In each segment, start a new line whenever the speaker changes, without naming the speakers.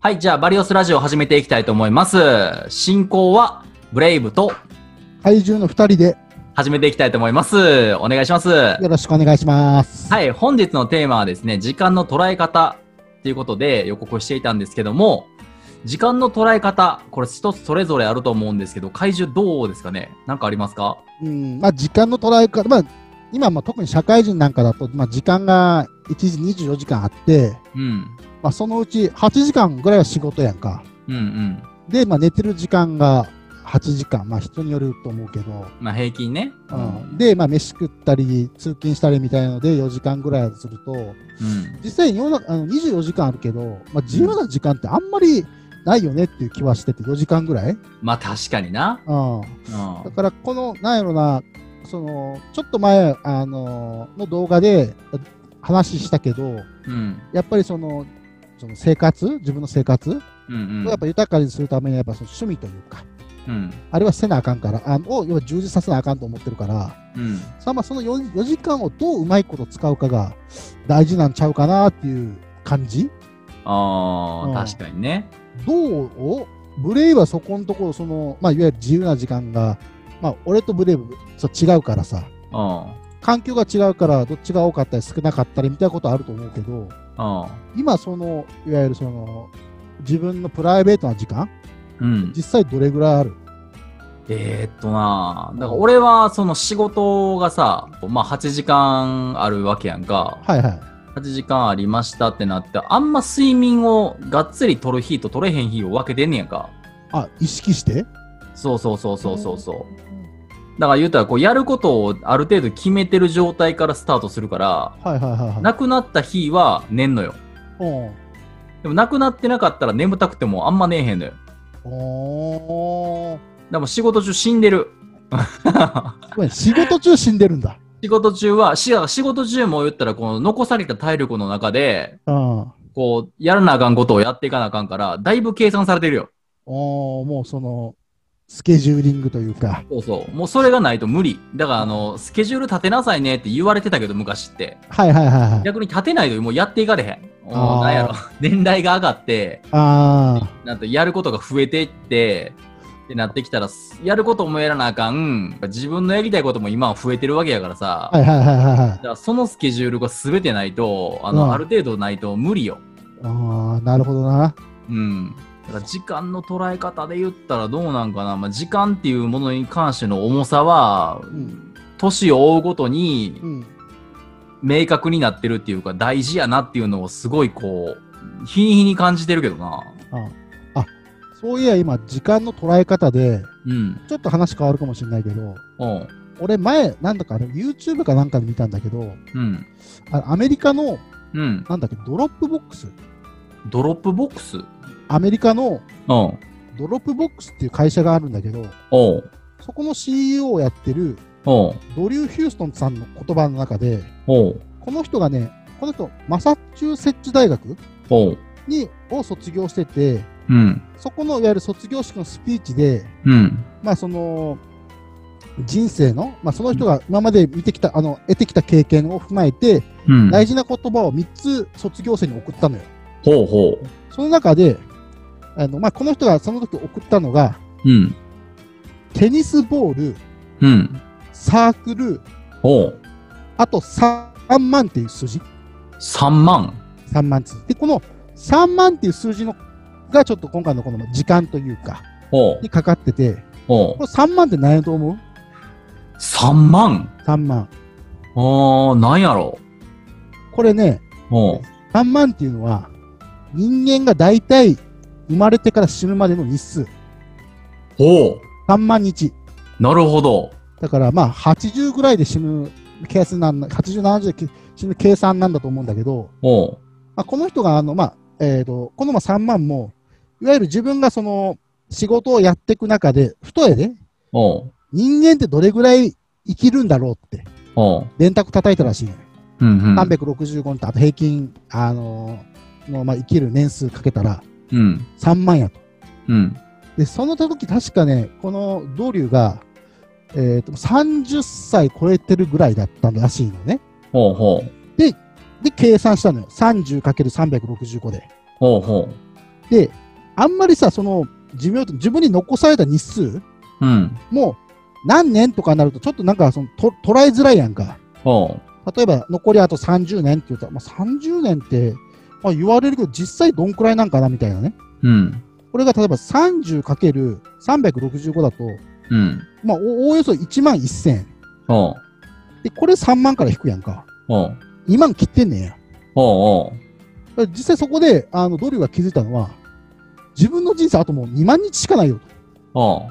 はい、じゃあ、バリオスラジオ始めていきたいと思います。進行は、ブレイブと
怪獣の二人で
始めていきたいと思います。お願いします。は
よろしくお願いします。
い、本日のテーマはですね、時間の捉え方ということで予告をしていたんですけども、時間の捉え方、これ一つそれぞれあると思うんですけど、怪獣どうですかねなんかありますか
うん、まあ時間の捉え方、まあ今まあ特に社会人なんかだと、まあ時間が1時24時間あって、
うん。
まあそのうち8時間ぐらいは仕事やんか。
うんうん。
で、まあ寝てる時間が8時間、まあ人によると思うけど、
まあ、平均ね。
うん。で、まあ飯食ったり、通勤したりみたいので4時間ぐらいだとすると、
うん。
実際世の中あの24時間あるけど、まあ自由な時間ってあんまりないよねっていう気はしてて、4時間ぐらい
まあ、確かにな。
うん。
うん
だ。から、この、なんやろな、その、ちょっと前、あの、の動画で話したけど、
うん。
やっぱりその、その生活、自分の生活を
うんうん。
やっぱ豊かにするために、やっぱその趣味というか、
うん。
あれはせなあかんから、あの、を要は充実させなあかんと思ってるから、
うん。
さまあその 4, 4時間をどううまいこと使うかが大事なんちゃうかなっていう感じ。
あ
うん
あ、確かにね。
どうをブレイブはそこのところ、その、まあ、いわゆる自由な時間が、まあ、俺とブレイブ、そう違うからさ、
うん。
環境が違うからどっちが多かったり少なかったりみたいなことあると思うけど
うん。
今そのいわゆるその自分のプライベートな時間
うん。
実際どれぐらいある
えー、っとなだから俺はその仕事がさ、まあ8時間あるわけやんか。
はいはい
8時間ありましたってなって、あんま睡眠をがっつり取る日と取れへん日を分けてんねやんか。
あ意識して
そうそうそうそうそうそう。だから言うたらこうやることをある程度決めてる状態からスタートするから、
はいはいはいはい
なくなった日は寝んのよ。
お
でもなくなってなかったら眠たくてもあんま寝えへんのよ。
ーおー
でも仕事中死んでる。
ごめん仕事中死んでるんだ
仕事中は、し仕事中も言ったら、この残された体力の中で、
うん
こう、やらなあかんことをやっていかなあかんから、だいぶ計算されてるよ。
おーもうそのスケジューリングというか
そうそう。もうそれがないと無理。だから、あの、スケジュール立てなさいねって言われてたけど、昔って。
はいはいはいはい
逆に立てないともうやっていかれへん。もう
あー
なんやろ。 年代が上がって、
あ
なんとやることが増えていって、ってなってきたら、やることもやらなあかん。自分のやりたいことも今は増えてるわけやからさ。
あはいはいはいはいはい
だからそのスケジュールが全てないと、あの、
うん
ある程度ないと無理よ。
ああなるほどな
うん。だから時間の捉え方で言ったらどうなんかな、まあ、時間っていうものに関しての重さは、
うん
年を追うごとに
うん
明確になってるっていうか、大事やなっていうのをすごいこう、日に日に感じてるけどな。
ああそういや今時間の捉え方で
うん。
ちょっと話変わるかもしれないけど、
うん。
俺前、なんだかあれ、YouTube かなんかで見たんだけど、
うん。
あアメリカの、
うん。
なんだっけ、ドロップボックス。
ドロップボックスうん。
アメリカの
お
ドロップボックスっていう会社があるんだけど、
う。
そこの CEO をやってる
おう。
ドリュー・ヒューストンさんの言葉の中で、
おう。
この人がね、この人、マサチューセッツ大学
おう。
にを卒業してて、
うん。
そこのいわゆる卒業式のスピーチで、
うん。
まあその、人生の、まあその人が今まで見てきた、あの、得てきた経験を踏まえて、
うん。
大事な言葉を3つ卒業生に送ったのよ。
ほうほ
その中で、あのまあ、この人がその時送ったのが、
う。うん。
テニスボール、
うん。
サークル、
おう。
あと3万っていう数字。
3万。
3万つ。で、この3万っていう数字のがちょっと今回のこの時間というか、
おう
に。かかってて、
おう
こ。れ3万って何やと思う
3万
?3 万。
あー、なんやろ
これね、
おう。
3万っていうのは、人間が大体生まれてから死ぬまでの日数。
おう。
3万日。
なるほど。
だからまあ80ぐらいで死ぬ計算なんだ、80、70で死ぬ計算なんだと思うんだけど、
おう。
まあ、この人があの、まあえー、とこのまあ3万も、いわゆる自分がその仕事をやっていく中で、太えで、
おう。
人間ってどれぐらい生きるんだろうって、
おう。
電卓叩いたらしいのよ。
うんうん。
365日と、あと平均、あのーのまあ、生きる年数かけたら
うん。
3万やと。
うん。
で、その時確かね、この道龍が、えー、と30歳超えてるぐらいだったらしいのね。
ほうほう。
で、計算したのよ。30×365 で。
ほうほ
で、あんまりさ、その寿命と、自分に残された日数
うん。
も何年とかになると、ちょっとなんかそのと捉えづらいやんか。
ほう。
例えば、残りあと30年って言ったら、まあ、30年って、まあ、言われるけど、実際どんくらいなんかなみたいなね。
うん。
これが例えば 30×365 だと、
うん。
まあ、おおおよそ1万1000円。
ほう。
で、これ3万から引くやんか。
ほう。
2万切ってんねんや。
ほうほう。
だから実際そこで、あの、ドリューが気づいたのは、自分の人生あともう2万日しかないよと。
ほ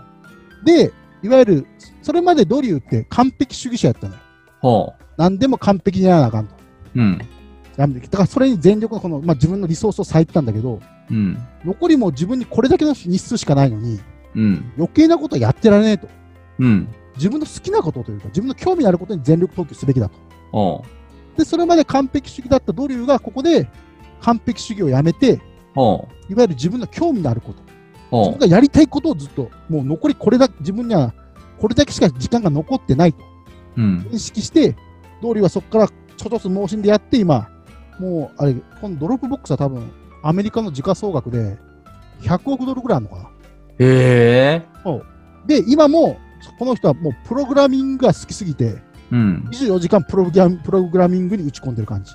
う。
で、いわゆる、それまでドリューって完璧主義者やったのよ。
ほ
何でも完璧にならなあかんと。
う。うん。
完璧だからそれに全力のこの、まあ、自分のリソースを割いてたんだけど、
うん。
残りもう自分にこれだけの日数しかないのに、
うん。
余計なことはやってられねえと。
うん。
自分の好きなことというか、自分の興味のあることに全力投球すべきだと。
ほ
で、それまで完璧主義だったドリューが、ここで完璧主義をやめて、
う。ほう。
いわゆる自分の興味のあること。
ほ
自分がやりたいことをずっと、もう残りこれだ、自分にはこれだけしか時間が残ってないと
う。うん。
認識して、道理はそこからちょっとずつ盲信でやって、今、もう、あれ、このドロップボックスは多分、アメリカの時価総額で100億ドルぐらいあるのかな。
へえ。
で、今も、この人はもうプログラミングが好きすぎて、
うん。
24時間プログラプログラミングに打ち込んでる感じ。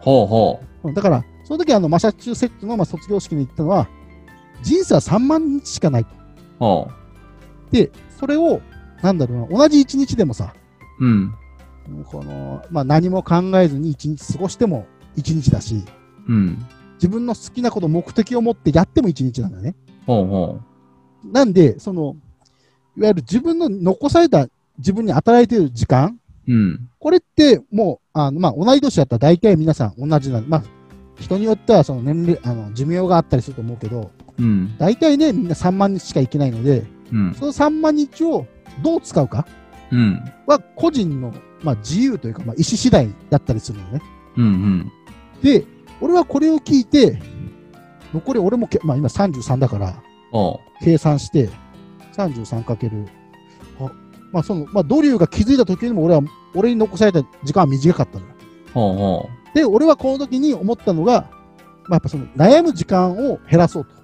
ほうほう。
うんだから、その時あの、マサチューセッツのまあ卒業式に行ったのは、人生は3万日しかないと。
ほ
で、それを、なんだろうな、同じ1日でもさ、
う。うん。
この、まあ、何も考えずに一日過ごしても一日だし、
うん。
自分の好きなこと、目的を持ってやっても一日なんだよね。
ほうほ
なんで、その、いわゆる自分の残された自分に与えている時間、
う。うん。
これってもう、あのまあ、同い年だったら大体皆さん同じなの。まあ、人によってはその年齢、あの寿命があったりすると思うけど、
うん。
大体ね、みんな3万日しかいけないので、
うん。
その3万日をどう使うか
うん。
は個人の、まあ、自由というか、まあ、意思次第だったりするのね。
うん。
で、俺はこれを聞いて、残り俺もけ、まあ、今33だから、
ほ
計算して、33かける、あまあ、その、まあ、ドリューが気づいた時よりも俺は、俺に残された時間は短かったのよ。
う。ほうほ
で、俺はこの時に思ったのが、まあ、やっぱその、悩む時間を減らそうと。
う。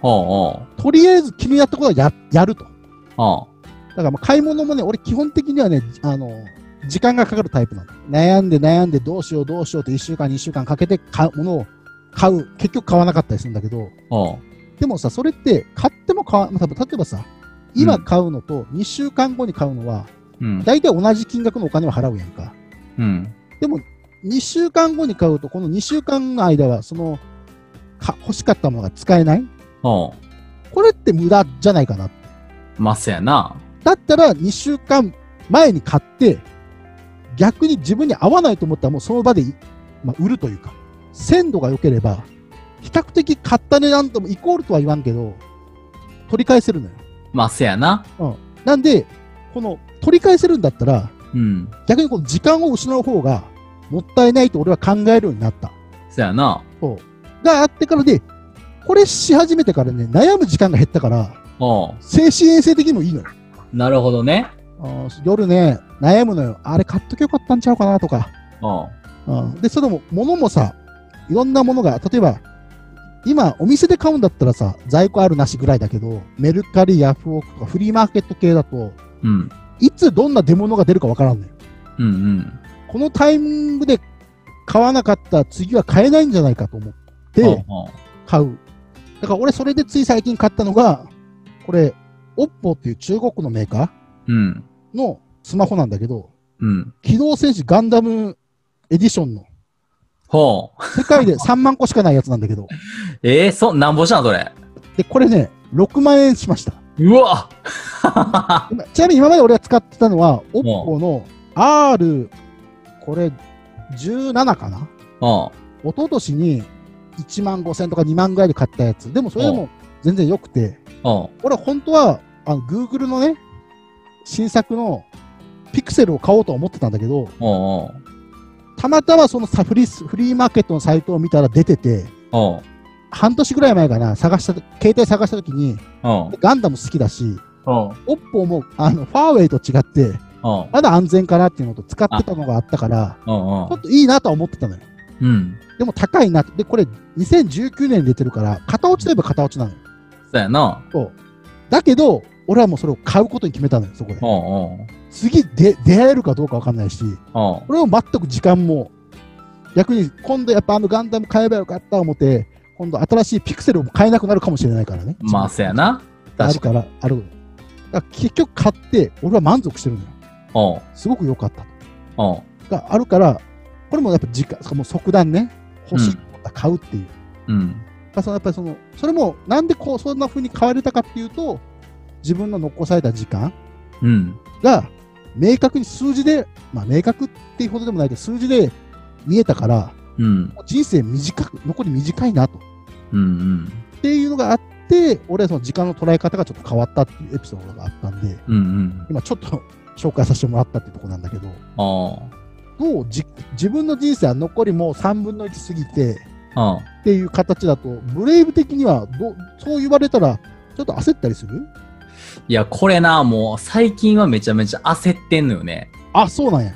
ほうほう。
とりあえず気になったことはや、やると。だ
ほ
から、まあ、買い物もね、俺基本的にはね、あの、時間がかかるタイプなの。悩んで悩んでどうしようどうしようって1週間2週間かけて買うものを買う。結局買わなかったりするんだけど、
う。ほ
でもさ、それって買っても買わ、まあ、例えばさ、今買うのと2週間後に買うのは、
う。うん。
大体同じ金額のお金を払うやんか。
うん。
でも、2週間後に買うと、この2週間の間は、その、か欲しかったものが使えない
ほう。
これって無駄じゃないかなって。
まっせやな。
だったら、2週間前に買って、逆に自分に合わないと思ったら、もうその場でい、まあ、売るというか、鮮度が良ければ、比較的買った値段ともイコールとは言わんけど、取り返せるのよ。
まっせやな。
なんで、この取り返せるんだったら、
うん。
逆にこの時間を失う方がもったいないと俺は考えるようになった。
そやな。
そうがあってからで、これし始めてからね、悩む時間が減ったから、
ほ
精神衛生的にもいいのよ。
う。なるほどね。
あー夜ね、悩むのよ。あれ買っときゃよかったんちゃうかなとか。
ほ
うんで、それも、物もさ、いろんなものが、例えば、今、お店で買うんだったらさ、在庫あるなしぐらいだけど、メルカリ、ヤフオクとか、フリーマーケット系だと、
う。うん。
いつどんな出物が出るかわからんのよ。
うんうん。
このタイミングで買わなかったら次は買えないんじゃないかと思っ
ほう
て
ほう。
買う。だから俺それでつい最近買ったのが、これ、OPPO っていう中国のメーカ
うん。
ーのスマホなんだけど、
うん。
機動戦士ガンダムエディションの、
ほう。
世界で3万個しかないやつなんだけど、
ええ、そ、なんぼしたんそれ。
で、これね、6万円しました。
うわ
今ちなみに今まで俺が使ってたのは、OPPO の R、これ、17かな
ほ
一昨年に1万5千とか2万ぐらいで買ったやつ。でもそれで
う
も全然良くて、
う。ほ
俺本当は、あの、Google のね、新作のピクセルを買おうとは思ってたんだけど、
う。ほう
たまたまそのサフリスフリーマーケットのサイトを見たら出てて、
ほう。
半年ぐらい前かな、探した、携帯探した時に、
ほう。
ガンダム好きだし、
ほう。
OPPO も、あの、ファーウェイと違って、
ほう。
まだ安全かなっていうのと使ってたのがあったから、
ほう。
ちょっといいなとは思ってたのよ。
うん。
でも高いなと。で、これ2019年に出てるから、片落ちといえば片落ちなのよ。
そうやな。
そうだけど、俺はもうそれを買うことに決めたのよ、そこで。
おう
次で出会えるかどうかわかんないし、
おう。おう
これを全く時間も、逆に今度やっぱあのガンダム買えばよかった思って、今度新しいピクセルも買えなくなるかもしれないからね。
まあ、そうやな。
あ
確
る
かに。
から、ある。だから結局買って、俺は満足してるのよ。
おう
すごく良かった
おう。
と。があるから、これもやっぱ時間、もう即断ね、欲しいと思ったら買うっていう。
うん。
やっぱそのやっぱりそのそれもなんでこうそんな風に変われたかっていうと自分の残された時間
うん。
が明確に数字で、まあ、明確っていうほどでもないけど数字で見えたから
うん。
人生短く残り短いなと
うん。うん。
っていうのがあって俺はその時間の捉え方がちょっと変わったっていうエピソードがあったんで
うん。うん。
今ちょっと紹介させてもらったっていうところなんだけど
おう
どうじ自分の人生は残りもう3分の1過ぎて
おう。
っていう形だとブレイブ的にはどうそう言われたらちょっと焦ったりする
いや、これな、もう最近はめちゃめちゃ焦ってんのよね。
あ、そうなんや。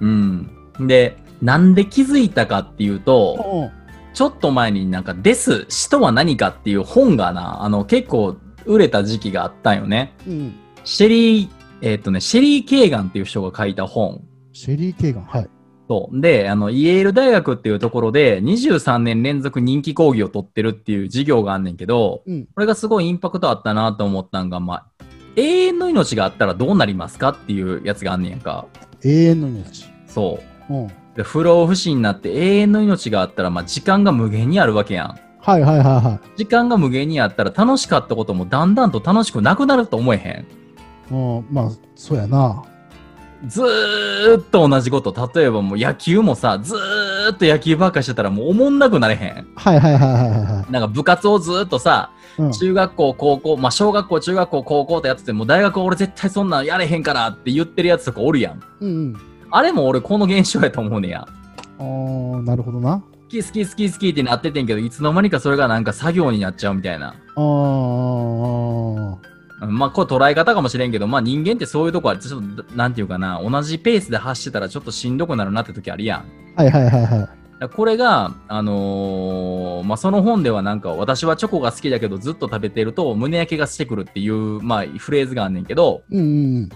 うん。で、なんで気づいたかっていうと、
うん。
ちょっと前になんか、です、死とは何かっていう本がな、あの、結構売れた時期があったんよね。
うん。
シェリー、えっ、とね、シェリー・ケーガンっていう人が書いた本。
シェリー・ケイガン。はい。
そう。で、あの、イェール大学っていうところで、23年連続人気講義を取ってるっていう授業があんねんけど、
うん
これがすごいインパクトあったなと思ったんが、まあ、永遠の命があったらどうなりますかっていうやつがあんねんか。
永遠の命。
そう。
うん。
で不老不死になって永遠の命があったら、まあ、時間が無限にあるわけやん。
はいはいはいは
時間が無限にあったら楽しかったこともだんだんと楽しくなくなると思えへん。
い。うん。まあ、そうやな。
ずーっと同じこと例えばもう野球もさずーっと野球ばっかしてたらもうおもんなくなれへん
はいはいはいはいはいは
なんか部活をずーっとさ
い。うん。
中学校高校まあ小学校中学校高校ってやっててもう大学は俺絶対そんなんやれへんからって言ってるやつとかおるやん
うん
あれも俺この現象やと思うねや
うん。あー、なるほどな。
好き好き好き好きってなっててんけどいつの間にかそれがなんか作業になっちゃうみたいな
あー。
うんまあこれ捉え方かもしれんけどまあ人間ってそういうとこはちょっとなんていうかな同じペースで走ってたらちょっとしんどくなるなって時あるやん
はいはいはいはい。
だからこれが、あのーまあ、その本ではなんか私はチョコが好きだけどずっと食べてると胸焼けがしてくるっていう、まあ、フレーズがあんねんけど
うんうん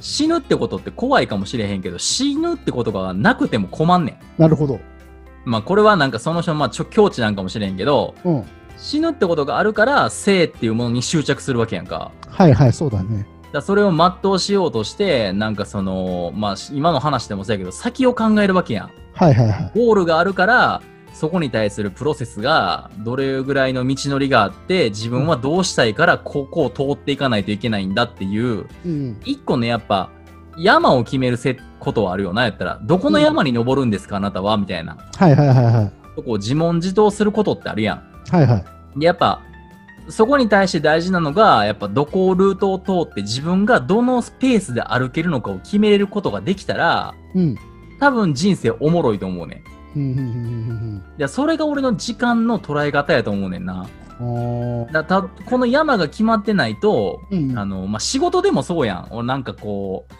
死ぬってことって怖いかもしれへんけど死ぬってことがなくても困んねん。
なるほど。
まあ、これはなんかその人のまあちょ境地なんかもしれんけど
うん。
死ぬってことがあるから生っていうものに執着するわけやんか。
はいはい、そうだね。
だからそれを全うしようとしてなんかその、まあ、今の話でもそうやけど先を考えるわけやん。
はいはいはい。
ゴールがあるからそこに対するプロセスがどれぐらいの道のりがあって自分はどうしたいからここを通っていかないといけないんだっていう
うん。
一個ねやっぱ山を決めるせことはあるよなやったらどこの山に登るんですかあなたはみたいな
はいはいはいはい。
とこを自問自答することってあるやん。
はいはい。
でやっぱそこに対して大事なのがやっぱどこをルートを通って自分がどのスペースで歩けるのかを決めれることができたら
うん。
多分人生おもろいと思うねん。
うんうんうん
いや、それが俺の時間の捉え方やと思うねんな。
うんうん。あー
だたこの山が決まってないと、
うん。
あ
はい
の、まあ、仕事でもそうやん。俺なんかこう、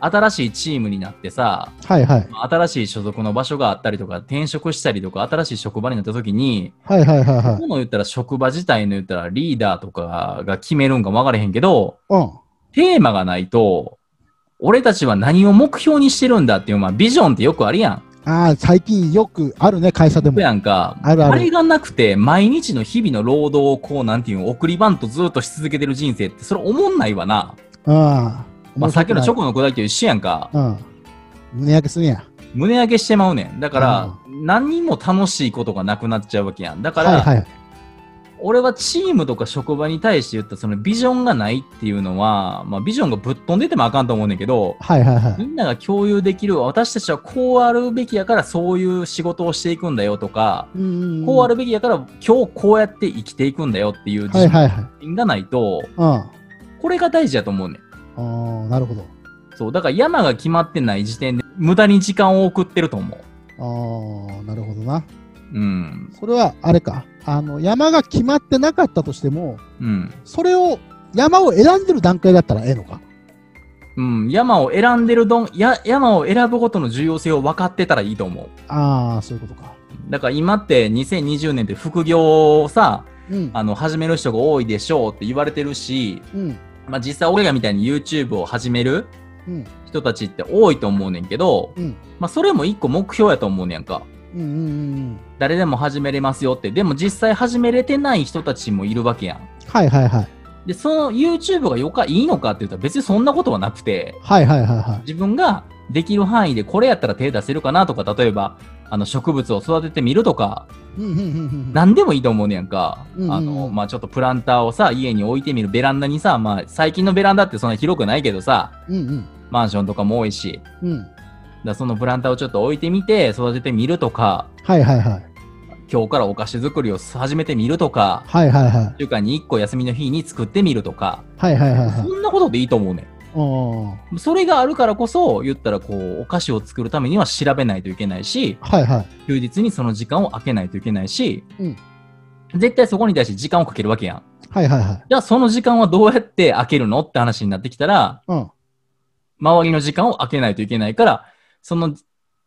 新しいチームになってさ、
はい。はい
まあ新しい所属の場所があったりとか、転職したりとか、新しい職場になった時に、
はいはいは
この言ったら職場自体の言ったらリーダーとかが決めるんかもわからへんけど、
い。うん。
テーマがないと、俺たちは何を目標にしてるんだっていう、まあ、ビジョンってよくあるやん。
ああ、最近よくあるね、会社でも。
やんか。
あるある
れがなくて、毎日の日々の労働をこう、なんていうの、送りバントずっとし続けてる人生って、それ思んないわな。
ああ。
まあ、さっきのチョ
コ。
コのくだりと一緒やんか。
うん。胸焼けするんや。
胸焼けしてまうねん。だから、何にも楽しいことがなくなっちゃうわけやん。だから、
はいはい。
俺はチームとか職場に対して言ったそのビジョンがないっていうのは、まあ、ビジョンがぶっ飛んでてもあかんと思うねんけど、
はいはいは
み
い。
んなが共有できる、私たちはこうあるべきやからそういう仕事をしていくんだよとか、
うん
こうあるべきやから今日こうやって生きていくんだよっていう自
はい
信
はいはい。
がないと、
うん。あ
これが大事だと思うねん。
あ、なるほど。
そう、だから山が決まってない時点で無駄に時間を送ってると思う。
ああ、なるほどな。
うん。
それは、あれか。あの、山が決まってなかったとしても、
うん。
それを、山を選んでる段階だったらええのか。
うん、山を選んでるどん、や、山を選ぶことの重要性を分かってたらいいと思う。
ああ、そういうことか。
だから今って2020年って副業をさ、
うん。
あの、始める人が多いでしょうって言われてるし、
うん。
まあ実際俺らみたいに YouTube を始める
うん。
人たちって多いと思うねんけど、
うん。
まあそれも一個目標やと思うねんか。
うん。うんうん。
誰でも始めれますよって。でも実際始めれてない人たちもいるわけやん。
はいはいはい。
で、その YouTube がよか、いいのかって言ったら別にそんなことはなくて、
はいはいはいはい。
自分ができる範囲でこれやったら手出せるかなとか、例えば、あの植物を育ててみるとか、
うんうんうんうん
何でもいいと思うねやんか。
うんうんうん
あの、まあ、ちょっとプランターをさ、家に置いてみるベランダにさ、まあ、最近のベランダってそんな広くないけどさ、
うんうん
マンションとかも多いし、だか
うん。
らそのプランターをちょっと置いてみて、育ててみるとか、
はいはいはい。
今日からお菓子作りを始めてみるとか、
はいはいはい。
週間に1個休みの日に作ってみるとか、
はいはいはいはい
そ。んなことでいいと思うねん。
うん
それがあるからこそ、言ったらこう、お菓子を作るためには調べないといけないし、
はいはい。
休日にその時間を空けないといけないし、
うん
絶対そこに対して時間をかけるわけやん。
はいはいはい。
じゃあその時間はどうやって空けるのって話になってきたら、
うん。
周りの時間を空けないといけないから、その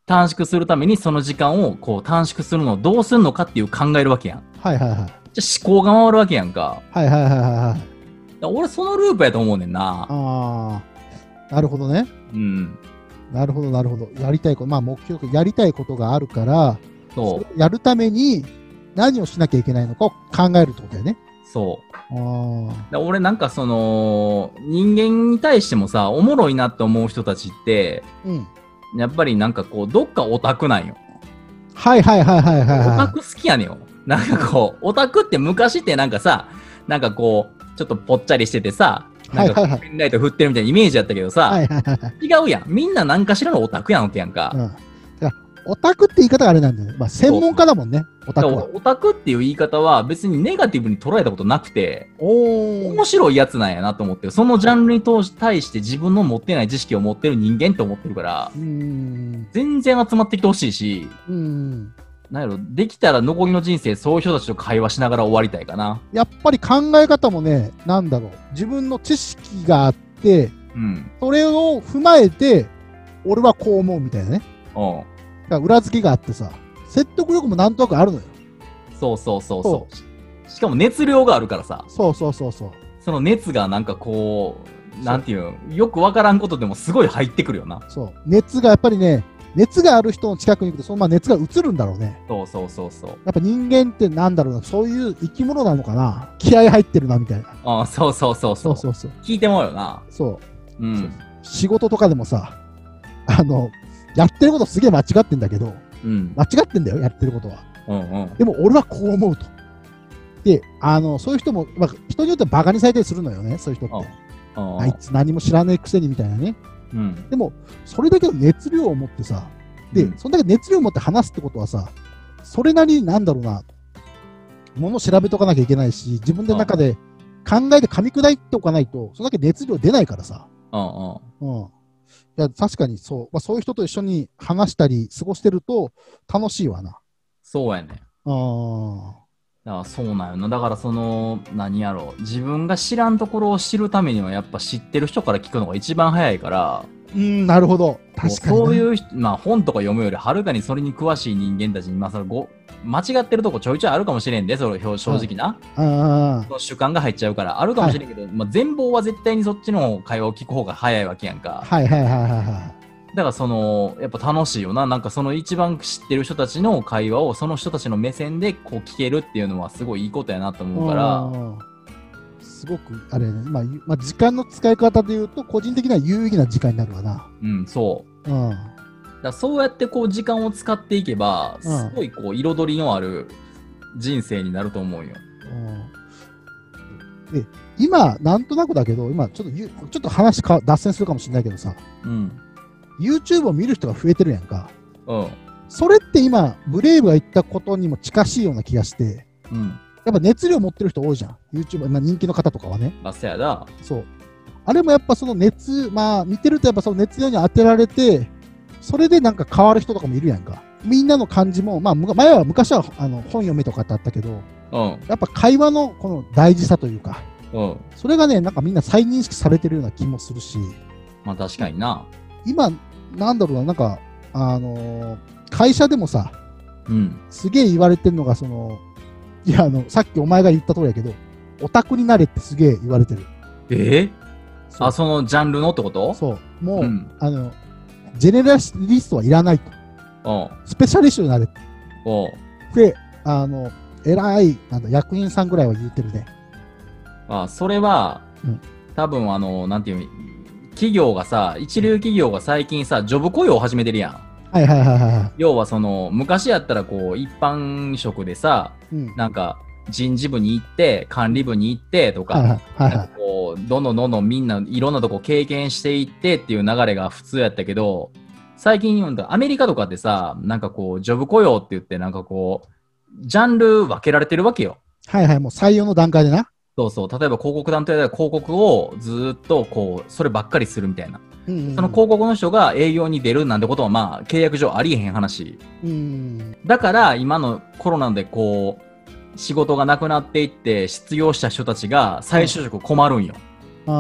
短縮するためにその時間をこう短縮するのをどうするのかっていう考えるわけやん。
はいはいはい。
じゃあ思考が回るわけやんか。
はいはいはいはいはい。
だから俺そのループやと思うねんな。
ああ。なるほどね。
うん。
なるほどなるほど。やりたいこと、まあ目標、やりたいことがあるから、
そ
そうれ。をやるために何をしなきゃいけないのかを考えるってことだよね。
そう。
ああ。
だから俺なんかその、人間に対してもさ、おもろいなって思う人たちって、
うん。
やっぱりなんかこう、どっかオタクなんよ。
はいはいはいはいはい
オタ
は
ク好きやねんよ。なんかこう、オタクって昔ってなんかさ、なんかこう、ちょっとぽっちゃりしててさ、なん
はい
か
はいはい
ペンライト振ってるみたいなイメージやったけどさ、
い。はいはいはいはい。
違うやん。みんな何かしらのオタクやんけやんか。
う
だ
ん。だからオタクって言い方があれなんだよね。まあ専門家だもんね、オタ
か
ク
ら
は。
オタクっていう言い方は別にネガティブに捉えたことなくて、
お
面白いやつなんやなと思ってる。そのジャンルに通し対して自分の持ってない知識を持ってる人間と思ってるから
う、ーん。
全然集まってきてほしいし、
うーん。
なんやろ、できたら残りの人生そういう人たちと会話しながら終わりたいかな。
やっぱり考え方もね、なんだろう。自分の知識があって、
うん。
それを踏まえて、俺はこう思うみたいなね。
うん。
だから裏付けがあってさ、説得力もなんとなくあるのよ。
そうそうそうそう。ししかも熱量があるからさ、
そうそうそうそう。
その熱がなんかこ
そう
う、なんていうんよくわからんことでもすごい入ってくるよな。
そう。熱がやっぱりね、熱がある人の近くに行くと、そのまあ熱が移るんだろうね。
そうそうそうそう。
やっぱ人間ってなんだろうな、そういう生き物なのかな。気合入ってるな、みたいな。
あそうそうそうそ
そう
う。
そうそう。
聞いてもらうよな。
そう。
うん。
そう仕事とかでもさ、あの、やってることすげえ間違ってんだけど、
うん。
間違ってんだよ、やってることは。
うんうん。
でも俺はこう思うと。で、あの、そういう人も、まあ、人によってはバカにされたりするのよね、そういう人って。
あ
あいつ何も知らねえくせにみたいなね。
うん。
でも、それだけの熱量を持ってさ、で、
うん
そんだけ熱量を持って話すってことはさ、それなりになんだろうな、もの調べとかなきゃいけないし、自分の中で考えて噛み砕いておかないと、それだけ熱量出ないからさ。
うんうん。
うん。いや、確かにそう。まあ、そういう人と一緒に話したり、過ごしてると楽しいわな。
そうやね。
ああ。
だからそうなんよな。だからその、何やろう。自分が知らんところを知るためにはやっぱ知ってる人から聞くのが一番早いから、
うん、なるほど。確かに
も
な。
うそういう人、まあ本とか読むよりはるかにそれに詳しい人間たちに、まあそのご、間違ってるとこちょいちょいあるかもしれんで、それ表正直な。
あ
その主観が入っちゃうから、あるかもしれんけど、まあ全貌は絶対にそっちの会話を聞く方が早いわけやん
あ。
か。
はいはいはいはいは
だからその、やっぱ楽しいよな。なんかその一番知ってる人たちの会話を、その人たちの目線でこう聞けるっていうのはすごいいいことやなと
い。
思うから、
うんすごく、あれね、まあ、ゆまあ、時間の使い方で言うと、個人的には有意義な時間になるわな。
うん、そう。
うん。
だからそうやってこう時間を使っていけば、
うん
すごいこう彩りのある人生になると思うよ。
うんで、今、なんとなくだけど、今、ちょっとゆ、ちょっと話か、脱線するかもしれないけどさ、
うん。
YouTube を見る人が増えてるやんか。
うん。
それって今、ブレイブが言ったことにも近しいような気がして、
うん。や
やっぱ熱量持ってる人多いじゃん。YouTuber、まあ、人気の方とかはね。
まあ、せやだ。
そう。あれもやっぱその熱、まあ見てるとやっぱその熱量に当てられて、それでなんか変わる人とかもいるやんか。みんなの感じも、まあむか前は昔はあの本読めとかってあったけど、
うん。
やっぱ会話のこの大事さというか、
うん。
それがね、なんかみんな再認識されてるような気もするし、
まあ確かにな。
今、なんだろうな、なんか、あのー会社でもさ、
うん。
すげえ言われてるのが、その、いや、あの、さっきお前が言った通りやけど、オタクになれってすげえ言われてる。
ええ
そう
あ、そのジャンルのってこと
そう。もう、
うん。
あの、ジェネラリストはいらないと。
おう
スペシャリストになれっ
おう
て、あの、偉い、なんだ、役員さんぐらいは言ってるね。
あ、それは、
うん
多分あの、なんていうの企業がさ、一流企業が最近さ、ジョブ雇用を始めてるやん。
はいはいはいはいは
要はその、昔やったらこう、一般職でさ、
い。うん。
なんか、人事部に行って、管理部に行ってとか、
はいはいはい
なん
は
かこうどんどんどんどんみんないろんなとこ経験していってっていう流れが普通やったけど最近読んだアメリカとかってさなんかこうジョブ雇用って言ってなんかこうジャンル分けられてるわけよ。
い。はいはい、もう採用の段階でな。
そうそう例えば広告団体で広告をずーっとこうそればっかりするみたいな、
うんうんうん
その広告の人が営業に出るなんてことはまあ契約上ありえへん話
うん。
だから今のコロナでこう仕事がなくなっていって失業した人たちが再就職困るんよ、
あ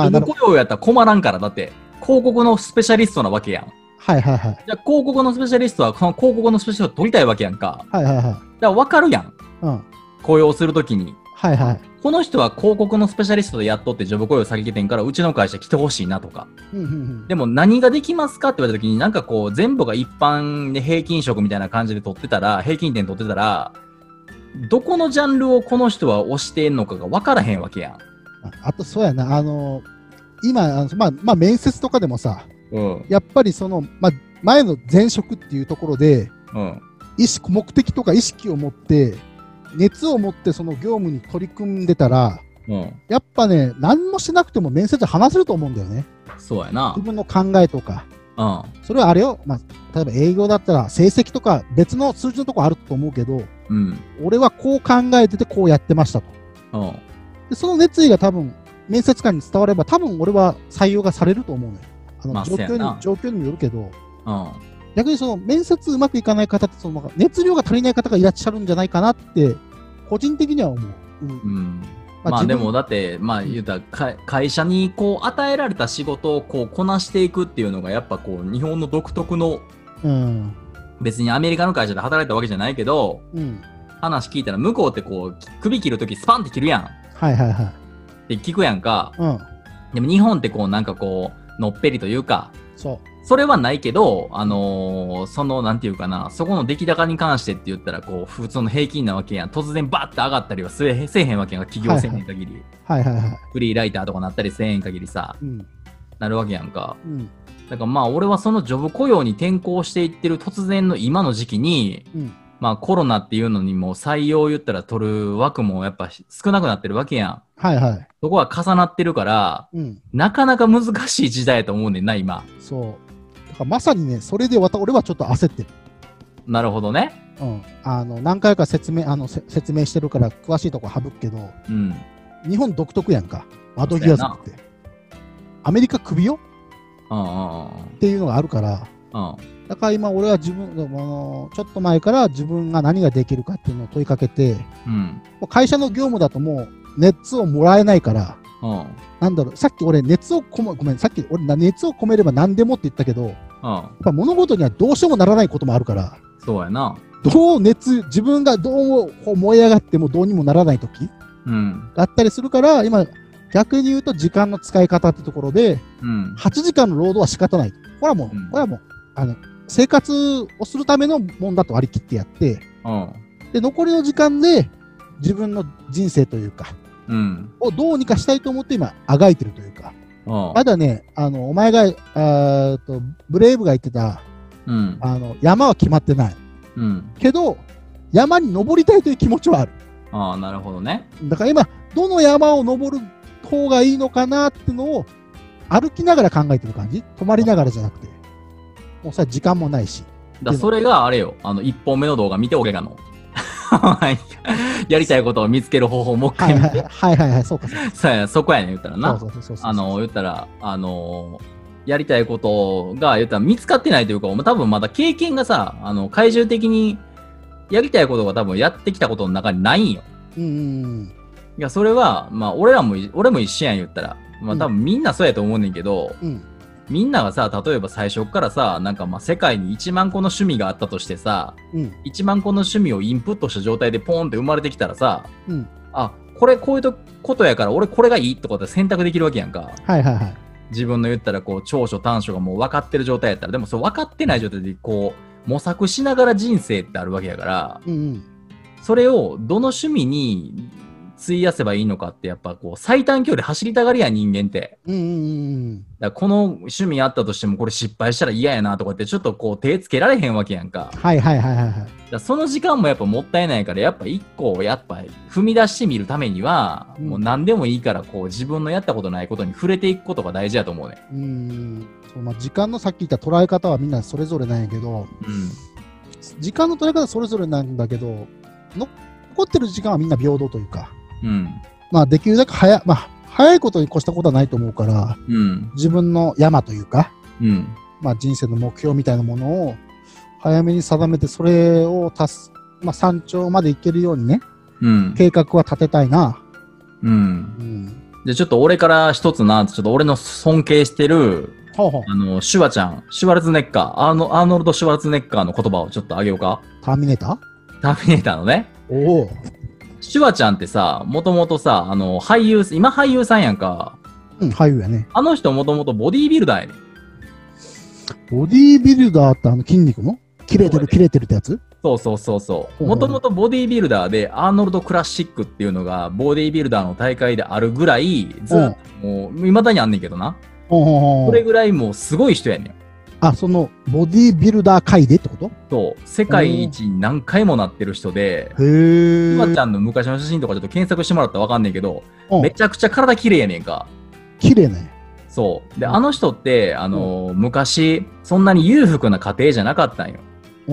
ーあー、な
無
るほど。
雇用やったら困らんから、だって、広告のスペシャリストなわけやん。
はいはいはい。
じゃあ、広告のスペシャリストは、その広告のスペシャリストを取りたいわけやんか。
はいはいはい。
だから分かるやん。
うん。
雇用するときに。
はいはい。
この人は広告のスペシャリストでやっとってジョブ雇用先けてんから、うちの会社来てほしいなとか。
うんうんうん
でも、何ができますかって言われたときに、なんかこう、全部が一般で平均職みたいな感じで取ってたら、平均点取ってたら、どこのジャンルをこの人は推してんのかが分からへんわけやん。
ああと、そうやな、あの今あの、まあ、まあ、面接とかでもさ、
うん。
やっぱりその、まあ、前の前職っていうところで、
うん。
意識、目的とか意識を持って、熱を持ってその業務に取り組んでたら、
うん。
やっぱね、何もしなくても面接で話せると思うんだよね。
そうやな
自。分の考えとか。
うん。
それはあれよ、まあ、例えば営業だったら成績とか別の数字のとこあると思うけど、
うん。
俺はこう考えててこうやってましたと。
うん。
でその熱意が多分面接官に伝われば多分俺は採用がされると思うのよ。あの
まあ
状況
そうや
に
な
状況にもよるけど
うん。
逆にその面接うまくいかない方ってその熱量が足りない方がいらっしゃるんじゃないかなって個人的には思う。うん
うん
まあ
まあ
自分
でもだって、まあ
うん
言うたらか会社にこう与えられた仕事をこうこなしていくっていうのがやっぱこう日本の独特の
うん
別にアメリカの会社で働いたわけじゃないけど
うん、
話聞いたら向こうってこうき首切るときスパンって切るやんっ
はいはいはい。
て聞くやんか
うん、
でも日本ってこうなんかこうのっぺりというか
そ
それはないけど、あのーそのなんていうかなそこの出来高に関してって言ったらこう普通の平均なわけやん突然バッて上がったりはせえせえへんわけやんか起業せえへん限り、
う。はいはいはい。
フリーライターとかなったりせえへん限りさ
うん
なるわけやんか。
うん
だからまあ俺はそのジョブ雇用に転向していってる突然の今の時期に、
うん
まあコロナっていうのにも採用言ったら取る枠もやっぱ少なくなってるわけやん。
はいはい。
そこは重なってるから、
うん、
なかなか難しい時代やと思うねんな、今。
そう。だからまさにね、それでわた俺はちょっと焦ってる。
なるほどね。
うん、あの何回か説明あのせ説明してるから詳しいとこ省くけど、
うん。
日本独特やんか、窓際族って。アメリカ首よ
うんうん
っていうのがあるから、
うんうん。
だから今、俺は自分、あのちょっと前から自分が何ができるかっていうのを問いかけて、も
うん。
う会社の業務だともう熱をもらえないから、
うん。うん。
なんだろう、さっき俺、熱をこも、ごめん、さっき俺、熱を込めれば何でもって言ったけど、や
う
っ
ん。
ぱ物事にはどうしようもならないこともあるから、
そうやな。
どう熱、自分がどうこう燃え上がってもどうにもならないとき
うん。
があったりするから、今、逆に言うと時間の使い方ってところで、
うん。
8時間の労働は仕方ない。これはもう、
うん
これはもう、あの、生活をするためのもんだと割り切ってやって、
うん。
で、残りの時間で自分の人生というか、
うん。
をどうにかしたいと思って今、あがいてるというか、
うん
まだね、あの、お前が、あーっと、ブレイブが言ってた、
うん。
あの、山は決まってない。
うん。
けど、山に登りたいという気持ちはある。
ああ、なるほどね。
だから今、どの山を登る方がいいのかなってのを歩きながら考えてる感じ泊まりながらじゃなくて。もうさ、時間もないし。
だそれがあれよ、あの、一本目の動画見ておけがの。 やりたいことを見つける方法、もう一
はい
回
は
見
い
て。
はいはいはい、そうかそうか。
そうやそこやねん、言ったらな
そ。うそうそうそう
あの、言ったら、あのやりたいことが、言ったら見つかってないというか、お前多分まだ経験がさ、あの、怪獣的にやりたいことが多分やってきたことの中にないんよ。
うんうんうん。
いや、それは、まあ、俺らもい、俺も一緒やん、言ったら。まあ、多分みんなそうやと思うねんけど、
うん。
みんながさ、例えば最初っからさ、なんかまあ世界に1万個の趣味があったとしてさ、
うん、
1万個の趣味をインプットした状態でポーンって生まれてきたらさ、
うん
あ、これこういうとことやから俺これがいいってことは選択できるわけやんか。
はいはいはい。
自分の言ったらこう長所短所がもう分かってる状態やったら、でもそれ分かってない状態でこう模索しながら人生ってあるわけやから、
うんうん。
それをどの趣味に費やせばいいのかってやっぱこう最短距離走りたがりやん人間って。
うんうんうん
だからこの趣味あったとしてもこれ失敗したら嫌やなとかってちょっとこう手つけられへんわけやんか
うん。はいはいはいはいはい。
だからその時間もやっぱもったいないからやっぱ一個をやっぱ踏み出してみるためには、
うん
もう何でもいいからこう自分のやったことないことに触れていくことが大事やと思うね。
うん。そうまあ、時間のさっき言った捉え方はみんなそれぞれなんやけど、時間の捉え方はそれぞれなんだけど、の残ってる時間はみんな平等というか、
うん。うん。
まあ、できるだけ早,、まあ、早いことに越したことはないと思うから、
うん。
自分の山というか、
うん。
まあ、人生の目標みたいなものを早めに定めて、それを達す、まあ、山頂まで行けるようにね、
うん。
計画は立てたいな。
うん。
うん。
じゃあちょっと俺から一つな、ちょっと俺の尊敬してる
ほうほう。
あの、シュワちゃん、シュワルツェネッカー、アーノアーノルド・シュワルツェネッカーの言葉をちょっとあげようか。
ターミネーター
ターミネーターのね。
おお。
シュワちゃんってさ、もともとさ、あの、俳優、今俳優さんやんか。
うん、俳優やね。
あの人もともとボディービルダーやねん。
ボディービルダーってあの筋肉の切れて
そうやね
る切れてるってやつ
そうそうそうそう。
うん
もともとボディービルダーで、アーノルド・クラシックっていうのが、ボディービルダーの大会であるぐらい、ずっと、もう、未だにあんねんけどな。
ほうほうほう
これぐらいもうすごい人やねん。
あ、その、ボディービルダー界でってこと
そう、世界一に何回もなってる人で、
へ
シ
え。
ュワちゃんの昔の写真とかちょっと検索してもらったらわかんねんけど、
う
め
ん、
ちゃくちゃ体綺麗やねんか。
綺麗ね。
そう。で、
うん
あの人って、あのー昔、そんなに裕福な家庭じゃなかったんよ。
お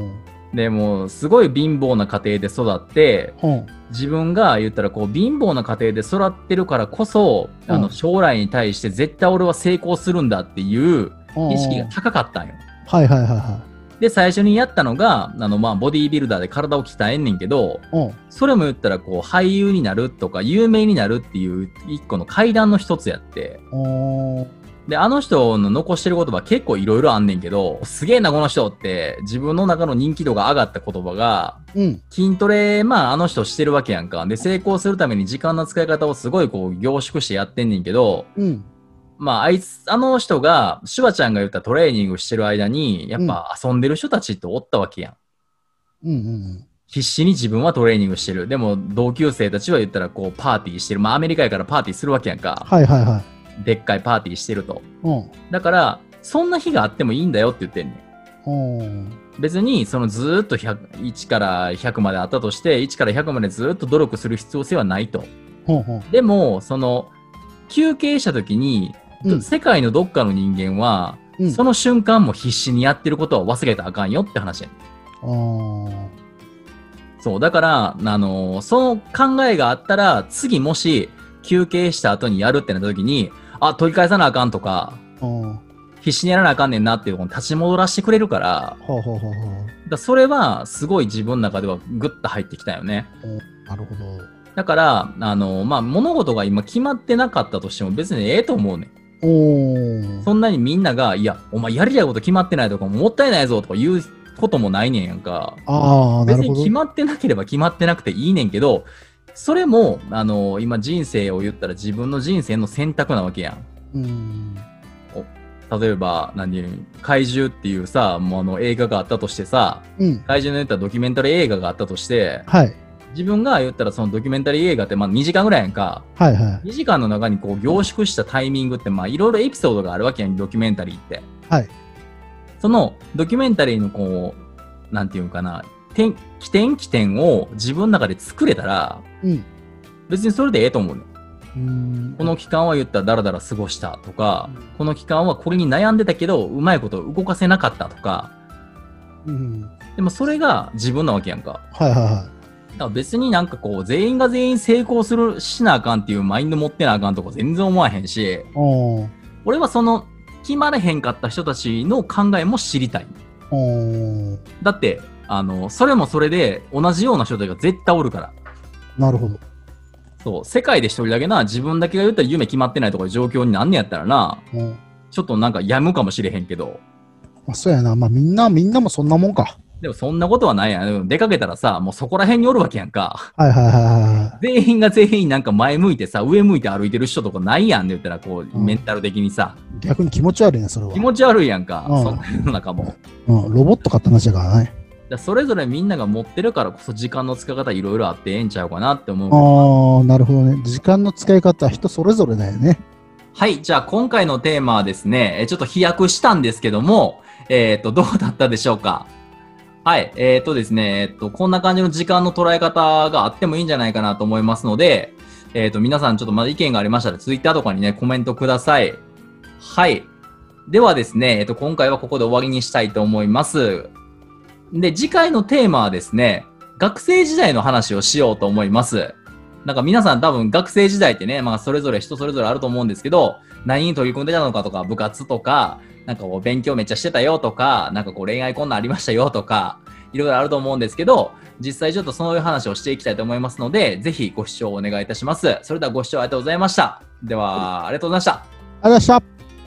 ー
でもう、すごい貧乏な家庭で育って、
うん。
自分が言ったら、こう、貧乏な家庭で育ってるからこそ、
うん
あの、将来に対して絶対俺は成功するんだっていう
うん。
意識が高かったんよ。
はいはいはいは
で、最初にやったのが、あの、まあ、ボディービルダーで体を鍛えんねんけど、
い。うん。
それも言ったら、こう、俳優になるとか、有名になるっていう一個の階段の一つやって、
おー
で、あの人の残してる言葉結構いろいろあんねんけど、すげえなこの人って自分の中の人気度が上がった言葉が、
うん。
筋トレ、まああの人してるわけやんか。で、成功するために時間の使い方をすごいこう凝縮してやってんねんけど、
うん。
まああいつ、あの人が、シュワちゃんが言ったトレーニングしてる間に、やっぱ遊んでる人たちっておったわけやん。
うんうん
必死に自分はトレーニングしてる。でも同級生たちは言ったらこうパーティーしてる。まあアメリカやからパーティーするわけやんか。
はいはいはい。
でっかいパーティーしてると。
うん。
だから、そんな日があってもいいんだよって言ってんねん。
うん。
別にそのずーっと100 1から100まであったとして1から100までずーっと努力する必要性はないと
ほうほう。
でもその休憩した時に、
うん
世界のどっかの人間は、
うん。
その瞬間も必死にやってることは忘れたらあかんよって話やね
あ
んそうだから、あのーその考えがあったら次もし休憩した後にやるってなった時にあ取り返さなあかんとか
ーうん。
必死にやらなあかんねんなっていうところに立ち戻らせてくれるから
ほうほうほうほう。
だからそれはすごい自分の中ではグッと入ってきたよね。
なるほど。
だから、あの、まあ、物事が今決まってなかったとしても別にええと思うねん。
おー
そんなにみんなが、いや、お前やりたいこと決まってないとか、もったいないぞとか言うこともないねんやんか。
ああ、な
別
る
に
ほど
決。まってなければ決まってなくていいねんけど、それも、あの、今人生を言ったら自分の人生の選択なわけやん。
うん。
例えば、何、怪獣っていうさ、もうあの映画があったとしてさ、
うん。
怪獣の言ったらドキュメンタリー映画があったとして、
はい。
自分が言ったらそのドキュメンタリー映画ってまあ2時間ぐらいやんか。
はいは
2時間の中にこう凝縮したタイミングってまあいろいろエピソードがあるわけやんドキュメンタリーって
はい
そのドキュメンタリーのこうなんていうんかな点起点起点を自分の中で作れたら
い。うん。
別にそれでええと思うねん
うん。
この期間は言ったらだらだら過ごしたとかこの期間はこれに悩んでたけどうまいこと動かせなかったとか
うん。
でもそれが自分なわけやんか
はいはいは
だから別になんかこう全員が全員成功するしなあかんっていうマインド持ってなあかんとか全然思わへんし
い。おー
俺はその決まれへんかった人たちの考えも知りたい
おー
だってあのそれもそれで同じような人たちが絶対おるから
なるほど。
そう世界で一人だけな自分だけが言ったら夢決まってないとかいう状況になんねやったらな
うん
ちょっとなんかやむかもしれへんけど、
まあ、そうやな。まあ、みんな、みんなもそんなもんか。
でもそんなことはないやん。でも出かけたらさ、もうそこら辺におるわけやんか。
はいはいはいはいはい。
全員が全員なんか前向いてさ、上向いて歩いてる人とかないやんって言ったら、こう、
うん
メンタル的にさ、
逆に気持ち悪いね、それは。
気持ち悪いやんか、
うん
そんな世の中も。だか
うん、ロボットかって話だからね。
らそれぞれみんなが持ってるからこそ時間の使い方いろいろあってええんちゃうかなって思うけど
ああ、なるほどね。時間の使い方は人それぞれだよね。
はい、じゃあ今回のテーマはですね、えーちょっと飛躍したんですけども、えっ、と、どうだったでしょうかはい、えっ、とですね、えっ、と、こんな感じの時間の捉え方があってもいいんじゃないかなと思いますので、えっ、と、皆さんちょっとまだ意見がありましたら、ツイッターとかにね、コメントください。はい。ではですね、えっ、と、今回はここで終わりにしたいと思います。で、次回のテーマはですね、学生時代の話をしようと思います。なんか皆さん多分学生時代ってね、まあそれぞれ人それぞれあると思うんですけど、何に取り組んでたのかとか、部活とか、なんかこう勉強めっちゃしてたよとか、なんかこう恋愛こんなんありましたよとか、いろいろあると思うんですけど、実際ちょっとそういう話をしていきたいと思いますので、ぜひご視聴お願いいたします。それではご視聴ありがとうございました。では、ありがとうございました。
ありがとうございました。